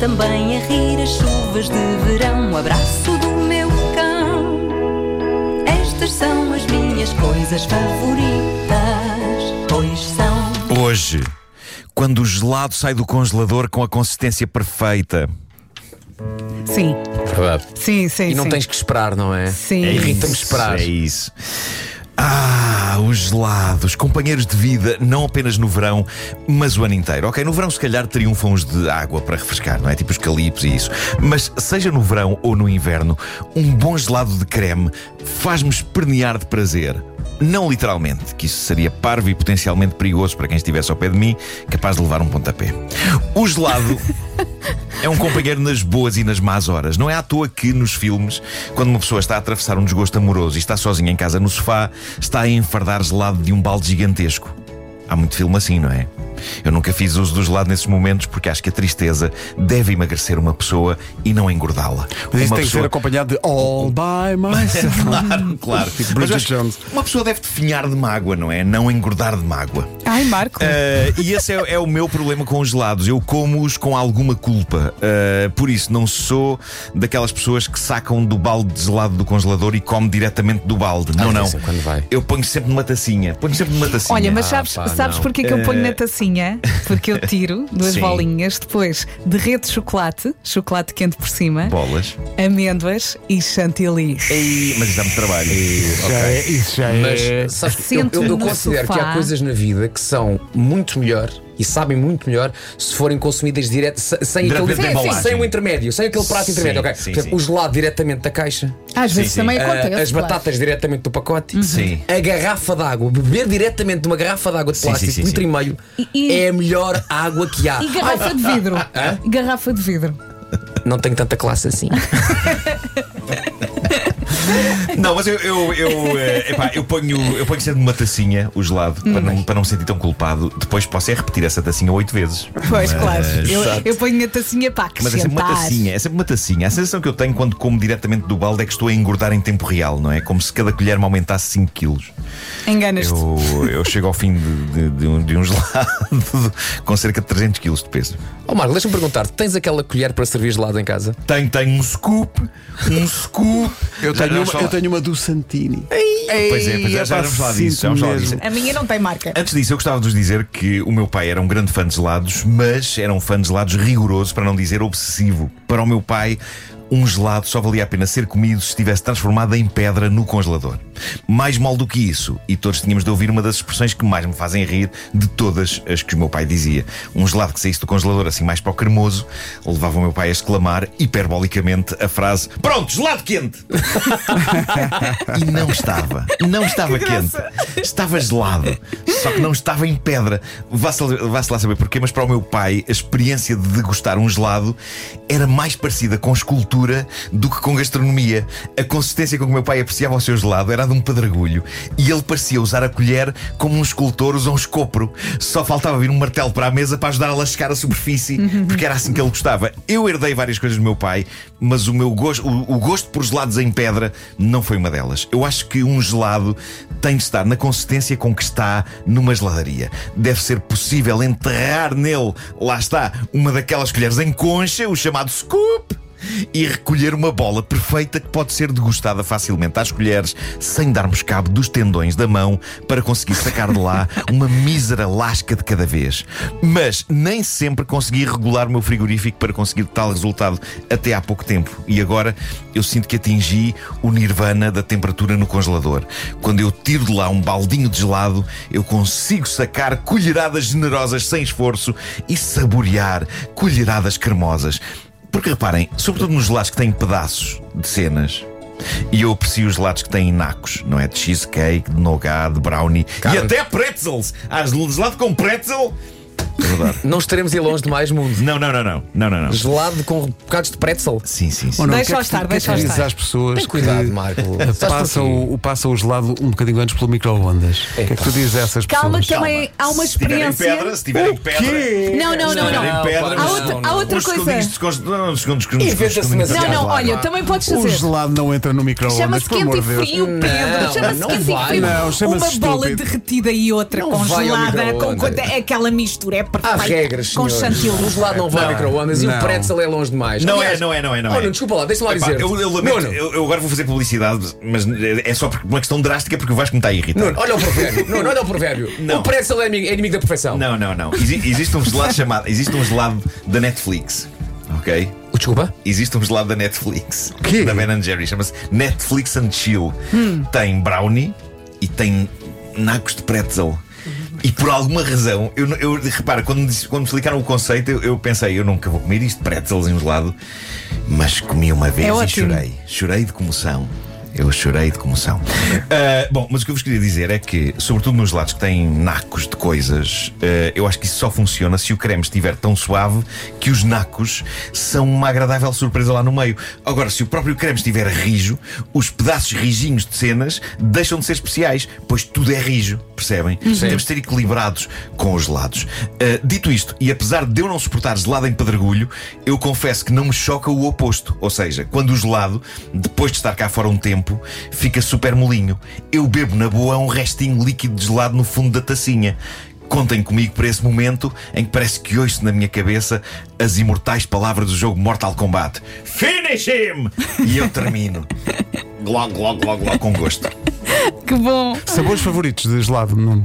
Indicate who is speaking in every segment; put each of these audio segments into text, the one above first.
Speaker 1: também a rir as chuvas de verão. Um abraço do meu cão. Estas são as minhas coisas favoritas, pois são.
Speaker 2: Hoje, quando o gelado sai do congelador com a consistência perfeita.
Speaker 3: Sim,
Speaker 4: Verdade.
Speaker 3: sim, sim.
Speaker 4: E não
Speaker 3: sim.
Speaker 4: tens que esperar, não é?
Speaker 3: Sim.
Speaker 4: É Irrita-me
Speaker 2: Isso,
Speaker 4: esperar.
Speaker 2: É isso. Ah, os gelados, companheiros de vida, não apenas no verão, mas o ano inteiro. Ok, no verão se calhar triunfam os de água para refrescar, não é? Tipo os calipos e isso. Mas seja no verão ou no inverno, um bom gelado de creme faz-me espernear de prazer. Não literalmente, que isso seria parvo e potencialmente perigoso para quem estivesse ao pé de mim, capaz de levar um pontapé. O gelado é um companheiro nas boas e nas más horas. Não é à toa que nos filmes, quando uma pessoa está a atravessar um desgosto amoroso e está sozinha em casa no sofá, está a enfardar gelado de um balde gigantesco. Há muito filme assim, não é? Eu nunca fiz uso do gelado nesses momentos porque acho que a tristeza deve emagrecer uma pessoa e não engordá-la.
Speaker 5: Mas isso
Speaker 2: uma
Speaker 5: tem que ser
Speaker 2: pessoa-
Speaker 5: acompanhado de All by myself.
Speaker 2: Claro, claro.
Speaker 5: Tipo
Speaker 2: Mas eu
Speaker 5: Bridget
Speaker 2: acho que
Speaker 5: Jones.
Speaker 2: Uma pessoa deve definhar de mágoa, não é? Não engordar de mágoa.
Speaker 3: Ai, Marco.
Speaker 2: Uh, e esse é, é o meu problema com os gelados. Eu como-os com alguma culpa. Uh, por isso, não sou daquelas pessoas que sacam do balde de gelado do congelador e come diretamente do balde. Não,
Speaker 4: de
Speaker 2: não.
Speaker 4: vez em Ah, é quando vai.
Speaker 2: Eu ponho sempre numa tacinha. Ponho sempre numa tacinha.
Speaker 3: Olha, mas sabes,
Speaker 4: pá,
Speaker 3: sabes
Speaker 4: não.
Speaker 3: porquê que eu ponho na tacinha? Porque eu tiro duas
Speaker 2: Eh, Sim.
Speaker 3: bolinhas, depois derreto chocolate, chocolate quente por cima,
Speaker 2: Ah, Bolas.
Speaker 3: amêndoas e chantilly.
Speaker 2: Ei, mas isso dá-me trabalho.
Speaker 5: Já é, isso já é.
Speaker 4: Mas sabes, que eu, eu,
Speaker 3: Sento-me
Speaker 4: eu
Speaker 3: no
Speaker 4: considero
Speaker 3: sofá.
Speaker 4: que há coisas na vida que são muito melhor e sabem muito melhor se forem consumidas direto, se- sem
Speaker 2: Diretamente da
Speaker 4: aquele
Speaker 2: embalagem.
Speaker 4: sem o intermédio, sem aquele prato
Speaker 2: Sim,
Speaker 4: intermédio, ok?
Speaker 2: sim,
Speaker 4: Por exemplo,
Speaker 2: sim.
Speaker 4: o gelado diretamente da caixa,
Speaker 6: Às vezes
Speaker 2: sim. Eh,
Speaker 6: também acontece.
Speaker 4: a- as
Speaker 6: claro.
Speaker 4: batatas diretamente do pacote,
Speaker 2: Uhum. Sim.
Speaker 4: a garrafa d'água, beber diretamente de uma garrafa d'água de
Speaker 2: Sim, sim,
Speaker 4: plástico,
Speaker 2: sim,
Speaker 4: litro
Speaker 2: sim.
Speaker 4: e meio,
Speaker 3: E- e-
Speaker 4: é a melhor água que há.
Speaker 3: E garrafa de vidro. Garrafa de vidro.
Speaker 4: Não tenho tanta classe assim.
Speaker 2: Não, mas eu, eu, eu, eh, epá, eu ponho, eu ponho sempre numa tacinha o gelado para,
Speaker 3: Hum.
Speaker 2: não, para não me sentir tão culpado. Depois posso é repetir essa tacinha oito vezes.
Speaker 3: Pois, claro. Eu,
Speaker 2: Eh, exato.
Speaker 3: eu ponho na tacinha para
Speaker 2: Mas é
Speaker 3: acrescentar.
Speaker 2: sempre uma tacinha, é sempre uma tacinha. A sensação que eu tenho quando como diretamente do balde é que estou a engordar em tempo real, não é? Como se cada colher me aumentasse 5 quilos.
Speaker 3: Enganas-te.
Speaker 2: Eu, eu chego ao fim de, de- de um, de um gelado com cerca de 300 quilos de peso.
Speaker 4: Ó Oh, Marco, deixa-me perguntar, tens aquela colher para servir gelado em casa?
Speaker 2: Tenho, tenho um scoop, um scoop.
Speaker 5: Eu
Speaker 2: Já
Speaker 5: tenho,
Speaker 2: vamos
Speaker 5: uma,
Speaker 2: falar-
Speaker 5: eu tenho uma do Santini.
Speaker 2: Pois é, pois é, já
Speaker 5: epá,
Speaker 2: vamos falar disso.
Speaker 5: sinto
Speaker 2: Já vamos falar
Speaker 5: mesmo.
Speaker 2: disso.
Speaker 3: A minha não tem marca.
Speaker 2: Antes disso, eu gostava de vos dizer que o meu pai era um grande fã de gelados, mas era um fã de gelados rigoroso, para não dizer obsessivo. Para o meu pai, um gelado só valia a pena ser comido se estivesse transformado em pedra no congelador. Mais mal do que isso, e todos tínhamos de ouvir uma das expressões que mais me fazem rir de todas as que o meu pai dizia. Um gelado que saísse do congelador assim mais para o cremoso, levava o meu pai a exclamar, hiperbolicamente, a frase: Pronto, gelado quente! E não estava. Não estava quente. Estava gelado. Só que não estava em pedra. Vá-se vá-se lá saber porquê, mas para o meu pai, a experiência de degustar um gelado era mais parecida com escultura do que com gastronomia. A consistência com que o meu pai apreciava o seu gelado era a de um pedregulho. E ele parecia usar a colher como um escultor usa um escopro. Só faltava vir um martelo para a mesa para ajudar a lascar a superfície, porque era assim que ele gostava. Eu herdei várias coisas do meu pai, mas o meu gosto, o, o gosto por gelados em pedra não foi uma delas. Eu acho que um gelado tem de estar na consistência com que está numa geladaria. Deve ser possível enterrar nele, lá está, uma daquelas colheres em concha, o chamado scoop. E recolher uma bola perfeita que pode ser degustada facilmente às colheres, sem darmos cabo dos tendões da mão para conseguir sacar de lá uma mísera lasca de cada vez. Mas nem sempre consegui regular o meu frigorífico para conseguir tal resultado até há pouco tempo. E agora eu sinto que atingi o nirvana da temperatura no congelador. Quando eu tiro de lá um baldinho de gelado, eu consigo sacar colheradas generosas sem esforço e saborear colheradas cremosas. Porque reparem, sobretudo nos gelados que têm pedaços de cenas. E eu aprecio os gelados que têm nacos, não é? De cheesecake, de nougat, de brownie
Speaker 4: Carne.
Speaker 2: e até pretzels! Há gelado com pretzel? Eu adoro.
Speaker 4: Não estaremos ir longe demais, mundo.
Speaker 2: Não, não, não, não, não, não, não.
Speaker 4: Gelado com bocados de pretzel.
Speaker 2: Sim, sim, sim.
Speaker 5: Ou não,
Speaker 3: Deixa
Speaker 5: o que é
Speaker 3: eu
Speaker 5: que
Speaker 3: estar,
Speaker 5: tu- o que é
Speaker 3: deixa
Speaker 5: que tu
Speaker 3: eu
Speaker 5: dizes
Speaker 3: estar.
Speaker 5: às pessoas
Speaker 4: Tem cuidado,
Speaker 5: que
Speaker 4: Marco. Sabes
Speaker 5: passam, o, passam o gelado um bocadinho antes pelo micro-ondas? O que é que tu dizes a essas
Speaker 3: Calma, que
Speaker 5: pessoas?
Speaker 3: também há uma
Speaker 2: Se tiverem
Speaker 3: experiência.
Speaker 2: pedra, se tiverem pedra.
Speaker 3: Não, não,
Speaker 2: Se
Speaker 3: não,
Speaker 2: tiverem
Speaker 3: não.
Speaker 2: pedra,
Speaker 3: Há
Speaker 2: mas-
Speaker 3: outra, há outra
Speaker 2: Uns
Speaker 3: coisa.
Speaker 2: segundinhos de desconge- não, uns segundos que nos-
Speaker 4: Inventa-se
Speaker 2: uns segundos
Speaker 4: nessa-
Speaker 3: Não,
Speaker 2: de
Speaker 3: não,
Speaker 2: lá.
Speaker 3: olha, também podes
Speaker 5: O
Speaker 3: fazer.
Speaker 5: gelado não entra no micro-ondas,
Speaker 3: Chama-se
Speaker 5: pelo
Speaker 3: quente e
Speaker 5: amor de Deus.
Speaker 3: frio, Pedro.
Speaker 4: Não,
Speaker 3: Chama-se
Speaker 4: não
Speaker 3: quente e
Speaker 4: vai.
Speaker 3: frio.
Speaker 5: Não, chama-se
Speaker 3: Uma bola
Speaker 5: estúpido.
Speaker 3: derretida e outra
Speaker 4: Não vai ao
Speaker 3: congelada. Com,
Speaker 4: micro-ondas.
Speaker 3: com- aquela mistura. é
Speaker 4: Há
Speaker 3: perfeito.
Speaker 4: regras,
Speaker 3: com
Speaker 4: senhores.
Speaker 3: chantilly.
Speaker 4: O gelado não vai ao micro-ondas e o
Speaker 5: Não.
Speaker 4: pretzel é longe demais.
Speaker 2: Não
Speaker 4: Aliás,
Speaker 2: é, não é, não é, não
Speaker 4: oh,
Speaker 2: é.
Speaker 4: Nuno, desculpa lá, deixa-me lá
Speaker 2: Epá,
Speaker 4: dizer.
Speaker 2: eu, eu lamento,
Speaker 4: Nuno,
Speaker 2: eu, eu agora vou fazer publicidade, mas é só porque uma questão drástica porque o Vasco me está a irritar.
Speaker 4: Nuno, olha o provérbio. Nuno, olha o provérbio.
Speaker 2: Não.
Speaker 4: O pretzel é inimigo, é inimigo da perfeição.
Speaker 2: Não, não, não. Exi- existe um gelado chamado. Existe um gelado da Netflix. Ok?
Speaker 4: Desculpa?
Speaker 2: Existe um gelado da Netflix. Da Ben Jerry. Chama-se Netflix and Chill. Tem brownie e tem nacos de pretzel. E por alguma razão, eu, não- eu repara, quando, me disse- quando me explicaram o conceito, eu, eu pensei, eu nunca vou comer isto, pretzels em gelado. Mas comi uma vez
Speaker 3: É
Speaker 2: e
Speaker 3: ótimo.
Speaker 2: chorei. Chorei de comoção. Eu chorei de comoção. Ah, bom, mas o que eu vos queria dizer é que, sobretudo nos lados que têm nacos de coisas, ah, eu acho que isso só funciona se o creme estiver tão suave que os nacos são uma agradável surpresa lá no meio. Agora, se o próprio creme estiver rijo, os pedaços rijinhos de cenas deixam de ser especiais, pois tudo é rijo, percebem?
Speaker 3: Uhum.
Speaker 2: Temos de ser equilibrados com os lados. Eh, dito isto, e apesar de eu não suportar gelado em pedregulho, eu confesso que não me choca o oposto. Ou seja, quando o gelado, depois de estar cá fora um tempo, fica super molinho. Eu bebo na boa um restinho líquido de gelado no fundo da tacinha. Contem comigo para esse momento em que parece que ouço na minha cabeça as imortais palavras do jogo Mortal Kombat: Finish him! E eu termino. Glog, glog, glog, glog, com gosto.
Speaker 5: é
Speaker 3: Que bom.
Speaker 5: Sabores favoritos de gelado, Nuno?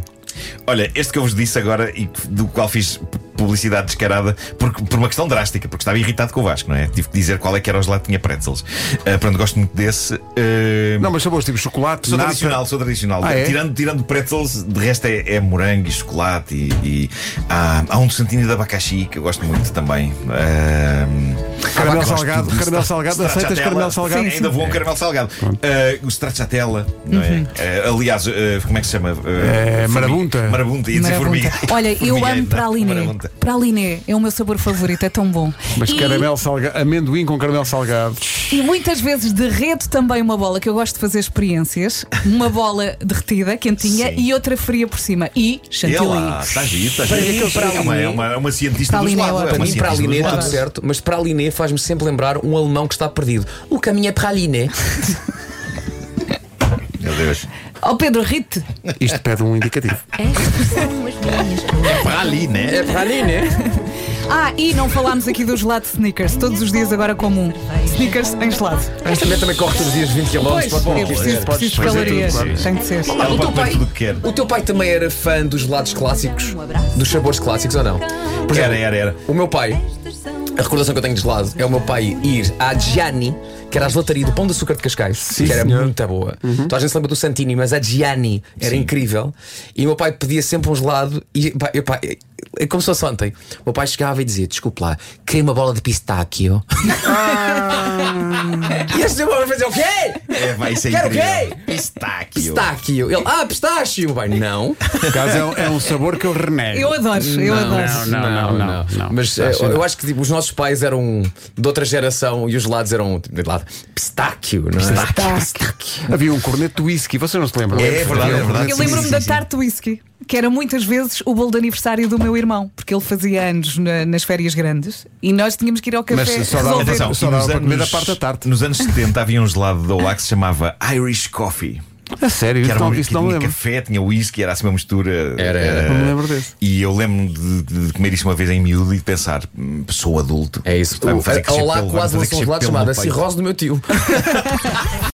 Speaker 2: Olha, este que eu vos disse agora e do qual fiz publicidade descarada por, por uma questão drástica, porque estava irritado com o Vasco, não é? Tive que dizer qual é que era o gelado que tinha pretzels. Ah, pronto, gosto muito desse. Ah,
Speaker 5: Não, mas sabores tipo chocolate,
Speaker 2: sou
Speaker 5: nata.
Speaker 2: tradicional, sou tradicional.
Speaker 5: Ah, é?
Speaker 2: tirando, tirando pretzels, de resto é, é morango e chocolate e, e há, há um santinho de abacaxi que eu gosto muito também. Ah,
Speaker 5: Caramelo
Speaker 2: gosto
Speaker 5: salgado,
Speaker 2: de
Speaker 5: caramelo
Speaker 2: stra-
Speaker 5: salgado, aceitas
Speaker 2: stracciatella.
Speaker 5: caramelo salgado?
Speaker 2: Sim, ainda vou um caramelo salgado. Ah, o stracciatella, não é?
Speaker 4: Uhum.
Speaker 2: Ah, aliás, ah, como é que se chama? Ah,
Speaker 5: É,
Speaker 2: formi-
Speaker 5: marabunta.
Speaker 2: Marabunta, ia dizer
Speaker 3: Maravilha.
Speaker 2: formiga.
Speaker 3: Olha, eu
Speaker 2: Formigueiro,
Speaker 3: amo
Speaker 2: não,
Speaker 3: praliné.
Speaker 2: marabunta.
Speaker 3: Praliné é o meu sabor favorito, é tão bom.
Speaker 5: Mas
Speaker 3: E-
Speaker 5: caramelo salgado, amendoim com caramelo salgado.
Speaker 3: E muitas vezes derreto também uma bola, que eu gosto de fazer experiências. Uma bola derretida, quentinha,
Speaker 2: Sim.
Speaker 3: e outra fria por cima. E
Speaker 2: É
Speaker 3: chantilly.
Speaker 2: lá, está giro, está giro.
Speaker 4: aquele
Speaker 2: É uma,
Speaker 4: praliné.
Speaker 2: é uma, é uma cientista dos
Speaker 3: Praliné é
Speaker 2: lados.
Speaker 3: ótimo.
Speaker 2: é
Speaker 4: Para
Speaker 2: uma
Speaker 4: mim,
Speaker 2: cientista
Speaker 4: para a Liné,
Speaker 2: dos
Speaker 4: tudo
Speaker 2: lados.
Speaker 4: certo, mas para a Liné faz-me sempre lembrar um alemão que está perdido. O caminho é para a Liné.
Speaker 2: Meu Deus.
Speaker 3: Ó Oh, Pedro, rite.
Speaker 5: Isto pede um indicativo.
Speaker 1: Estas são as minhas coisas.
Speaker 2: Praliné.
Speaker 4: É para a Liné.
Speaker 3: Ah, e não falámos aqui do gelado de sneakers. Todos os dias agora comum. Sneakers em gelado.
Speaker 4: Esta mulher também corre todos os dias 20 km.
Speaker 3: Pois,
Speaker 4: pode
Speaker 3: é
Speaker 4: morrer.
Speaker 3: preciso, preciso de
Speaker 2: fazer
Speaker 3: calorias.
Speaker 2: tudo, claro.
Speaker 3: Tem de ser.
Speaker 2: Ela
Speaker 4: O
Speaker 2: pode
Speaker 4: teu,
Speaker 2: comer
Speaker 4: pai,
Speaker 2: tudo o que quer.
Speaker 4: o teu pai também era fã dos gelados clássicos, dos sabores clássicos ou não? Por exemplo,
Speaker 2: Era, era, era.
Speaker 4: O meu pai,
Speaker 1: Estas são
Speaker 4: a recordação que eu tenho de gelado é o meu pai ir à Gianni, que era a gelataria do Pão de Açúcar de Cascais, que era
Speaker 5: senhor.
Speaker 4: muito boa.
Speaker 2: Uhum.
Speaker 4: Então a gente se lembra do Santini, mas a Gianni era incrível. E o meu pai pedia sempre um gelado e pá, eu, pá, é como se fosse ontem. O meu pai chegava e dizia: Desculpe lá, queria uma bola de pistáquio.
Speaker 2: Ah.
Speaker 4: e este meu pai fazia o quê?
Speaker 2: É, vai ser
Speaker 4: Quero
Speaker 2: incrível.
Speaker 4: quê?
Speaker 2: Pistáquio.
Speaker 4: Pistáquio. Ele, ah, pistácio. O meu pai, não.
Speaker 5: Por acaso é um- é, um sabor que eu renego.
Speaker 3: Eu adoro, eu adoro.
Speaker 5: não, não, não, não.
Speaker 4: Mas eh, eu, acho que tipo, os nossos pais eram de outra geração e os lados eram tipo, de lado pistáquio, não é? Pistáquio.
Speaker 5: Havia um corneto de whisky, vocês não se lembram?
Speaker 2: É verdade, é verdade.
Speaker 3: Eu
Speaker 2: Sim,
Speaker 3: lembro-me
Speaker 2: sim,
Speaker 3: da
Speaker 2: sim.
Speaker 3: tarte whisky, que era muitas vezes o bolo de aniversário do meu irmão, porque ele fazia anos na- nas férias grandes e nós tínhamos que ir ao café
Speaker 5: Mas só dá-
Speaker 3: resolver.
Speaker 2: Atenção,
Speaker 5: Só
Speaker 2: e
Speaker 5: dava
Speaker 2: nos
Speaker 5: para comer
Speaker 2: anos-
Speaker 5: da parte da tarde.
Speaker 2: Nos anos 70 havia um gelado da Olá que se chamava Irish Coffee.
Speaker 5: A sério,
Speaker 2: Que
Speaker 5: isso
Speaker 2: era
Speaker 5: não,
Speaker 2: uma,
Speaker 5: isso
Speaker 2: que
Speaker 5: não me
Speaker 2: tinha
Speaker 5: lembro.
Speaker 2: café, tinha whisky, era assim uma mistura.
Speaker 4: Era, era.
Speaker 2: eh,
Speaker 5: Não me lembro desse.
Speaker 2: E eu lembro de, de comer isso uma vez em miúdo e de pensar, "Hum, sou adulto.
Speaker 4: É isso.
Speaker 2: Vai-me fazer
Speaker 4: O,
Speaker 2: crescer
Speaker 4: olá,
Speaker 2: pelo- vai-me
Speaker 4: quase
Speaker 2: fazer
Speaker 4: lançou um
Speaker 2: crescer
Speaker 4: gelado
Speaker 2: pelo no
Speaker 4: chamado A
Speaker 2: peito."
Speaker 4: Cirrose do meu tio.